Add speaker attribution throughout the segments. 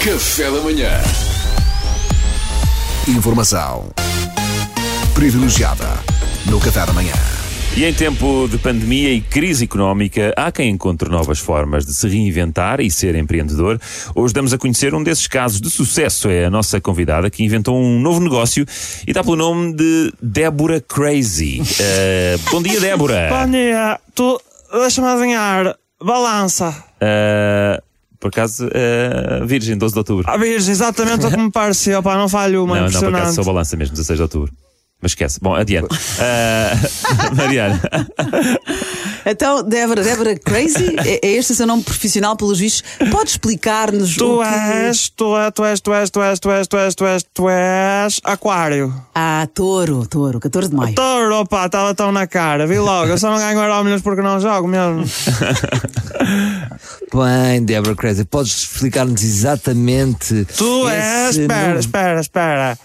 Speaker 1: Café da Manhã. Informação privilegiada no Café da Manhã.
Speaker 2: E em tempo de pandemia e crise económica, há quem encontre novas formas de se reinventar e ser empreendedor. Hoje damos a conhecer um desses casos de sucesso. É a nossa convidada que inventou um novo negócio e dá pelo nome de Débora Crazy. Eh, bom dia, Débora.
Speaker 3: Bom dia, tu deixa-me adivinhar. Balança.
Speaker 2: Eh, por acaso, eh, Virgem, 12 de outubro.
Speaker 3: A virgem, exatamente o que me pareceu, pá, não falho uma,
Speaker 2: não, não, por acaso
Speaker 3: impressionante.
Speaker 2: sou balança mesmo, 16 de outubro. Mas esquece. Bom, adiante. Eh, Mariana.
Speaker 4: Então, Débora, Débora Crazy, é é este o seu nome profissional, pelos vistos. Pode explicar-nos o
Speaker 3: tu
Speaker 4: que... é
Speaker 3: és, tu és, tu és, tu és, tu és, tu és, tu és, tu és, tu és, aquário.
Speaker 4: Ah, touro, touro, 14 de maio.
Speaker 3: Touro, pá, estava tão na cara, vi logo, eu só não ganho euro milhões porque não jogo mesmo.
Speaker 5: Bem, Deborah Crazy, podes explicar-nos exatamente.
Speaker 3: Tu és,
Speaker 5: esse
Speaker 3: espera,
Speaker 5: nome?
Speaker 3: espera, espera.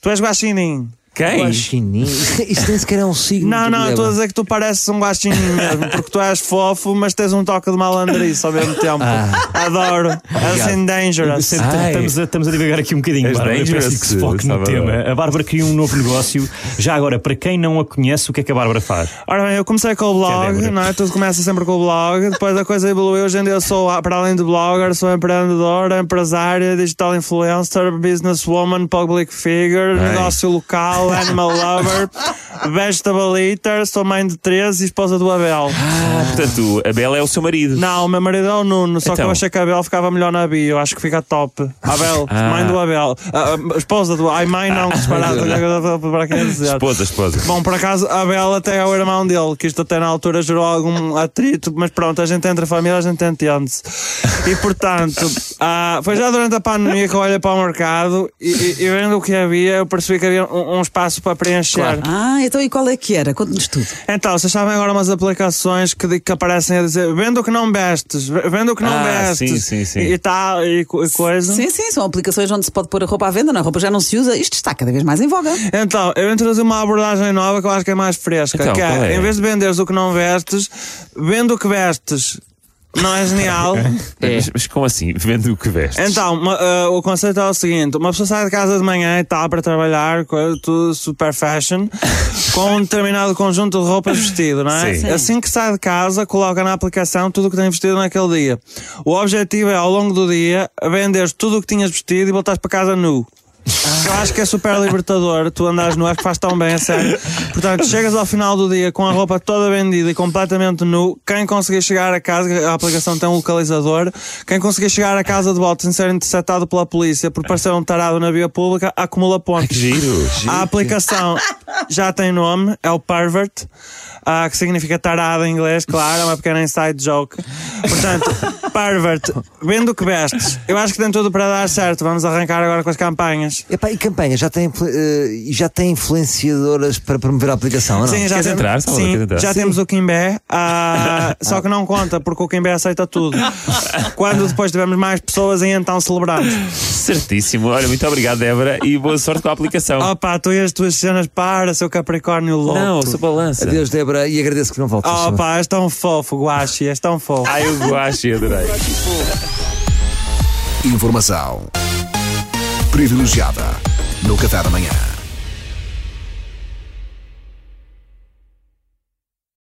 Speaker 3: Tu és guaxinim.
Speaker 2: Quem?
Speaker 5: Guaxinim. Isto nem sequer é um signo.
Speaker 3: Não, não, estou a
Speaker 5: Débora.
Speaker 3: dizer que tu pareces um guaxinim mesmo, porque tu és fofo, mas tens um toque de malandriz ao mesmo tempo.
Speaker 2: Ah.
Speaker 3: Adoro. És assim dangerous.
Speaker 6: Portanto,
Speaker 5: Ai.
Speaker 6: Estamos a, estamos a divagar aqui um bocadinho,
Speaker 2: És
Speaker 6: Bárbara. Eu
Speaker 2: dangerous,
Speaker 6: peço que se foque no
Speaker 2: estava-
Speaker 6: tema. A Bárbara criou um novo negócio. Já agora, para quem não a conhece, o que é que a Bárbara faz?
Speaker 3: Ora bem, eu comecei com o
Speaker 6: Que é
Speaker 3: blog,
Speaker 6: Débora.
Speaker 3: não é? Tudo começa sempre com o blog, depois a coisa evoluiu. Hoje em dia eu sou, ah, para além de blogger, sou empreendedor, empresária, digital influencer, businesswoman, public figure, negócio local, animal lover, vegetable eater, sou mãe de 13 e esposa do Abel.
Speaker 2: Ah, portanto, a Bela é o seu marido.
Speaker 3: Não, o meu marido é o Nuno, só que
Speaker 2: Então.
Speaker 3: eu achei que Abel ficava melhor na bio, acho que fica top. Abel, mãe do Abel, Ah, ah, esposa do. Ai, mãe não, que disparado, para quem é dizer.
Speaker 2: Ah. Esposa, esposa.
Speaker 3: Bom, por acaso, a Bela até é o irmão dele, que isto até na altura gerou algum atrito, mas pronto, a gente entre a família, a gente entende-se. E portanto, ah, foi já durante a pandemia que eu olhei para o mercado e, e- e vendo o que havia, eu percebi que havia um, um espaço para preencher.
Speaker 4: Ah, então e qual é que era? Conte-nos tudo.
Speaker 3: Então, vocês sabem agora umas aplicações que, di- que aparecem a dizer vendo o que não vestes, v- vendo o que não
Speaker 2: Ah,
Speaker 3: vestes
Speaker 2: sim, sim, sim.
Speaker 3: E, tal, e, co- e coisa.
Speaker 4: Sim, sim, são aplicações onde se pode pôr a roupa à venda, não, é? a roupa já não se usa. Isto está cada vez mais em voga.
Speaker 3: Então, eu introduzi uma abordagem nova que eu acho que é mais fresca.
Speaker 2: Então,
Speaker 3: que
Speaker 2: qual é?
Speaker 3: é, em vez de venderes o que não vestes, vende o que vestes. Não é genial?
Speaker 2: Mas, mas como assim? Vendo o que vestes?
Speaker 3: Então, uma- eh, o conceito é o seguinte: uma pessoa sai de casa de manhã e tal para trabalhar, co- tudo super fashion, com um determinado conjunto de roupas vestido, não é?
Speaker 2: Sim. Sim.
Speaker 3: Assim que sai de casa, coloca na aplicação tudo o que tem vestido naquele dia. O objetivo é, ao longo do dia, venderes tudo o que tinhas vestido e voltares para casa nu. Eu acho que é super libertador, tu andares nu, acho que faz tão bem, a sério. Portanto, chegas ao final do dia com a roupa toda vendida e completamente nu. Quem conseguir chegar a casa, a aplicação tem um localizador. Quem conseguir chegar a casa de volta sem ser interceptado pela polícia por parecer um tarado na via pública, acumula pontos.
Speaker 2: Que giro.
Speaker 3: A aplicação já tem nome, é o Pervert, ah, que significa tarado em inglês, claro, é uma pequena inside joke. Portanto, Pervert, vendo o que vestes, eu acho que tem tudo para dar certo. Vamos arrancar agora com as campanhas.
Speaker 5: Epá, e campanha, já tem, influ- eh, já tem influenciadoras para promover a aplicação, ou não?
Speaker 3: Sim, já,
Speaker 2: Queres
Speaker 3: temos-
Speaker 2: entrar, Salvador?
Speaker 3: sim,
Speaker 2: Queres entrar?
Speaker 3: já
Speaker 2: Sim.
Speaker 3: temos o Kimbé, ah, só que não conta, porque o Kimbé aceita tudo. Quando depois tivermos mais pessoas, aí então celebramos.
Speaker 2: Certíssimo. Olha, muito obrigado, Débora, e boa sorte com a aplicação.
Speaker 3: Opa, tu e as tuas cenas para, seu Capricórnio louco.
Speaker 2: Oh. não, sou balança.
Speaker 5: Adeus, Débora, e agradeço que não voltes.
Speaker 3: Opa, és tão fofo, Guaxi, és tão fofo.
Speaker 2: Ai, Ah, eu gosto, adorei.
Speaker 1: Informação privilegiada no Café da Manhã.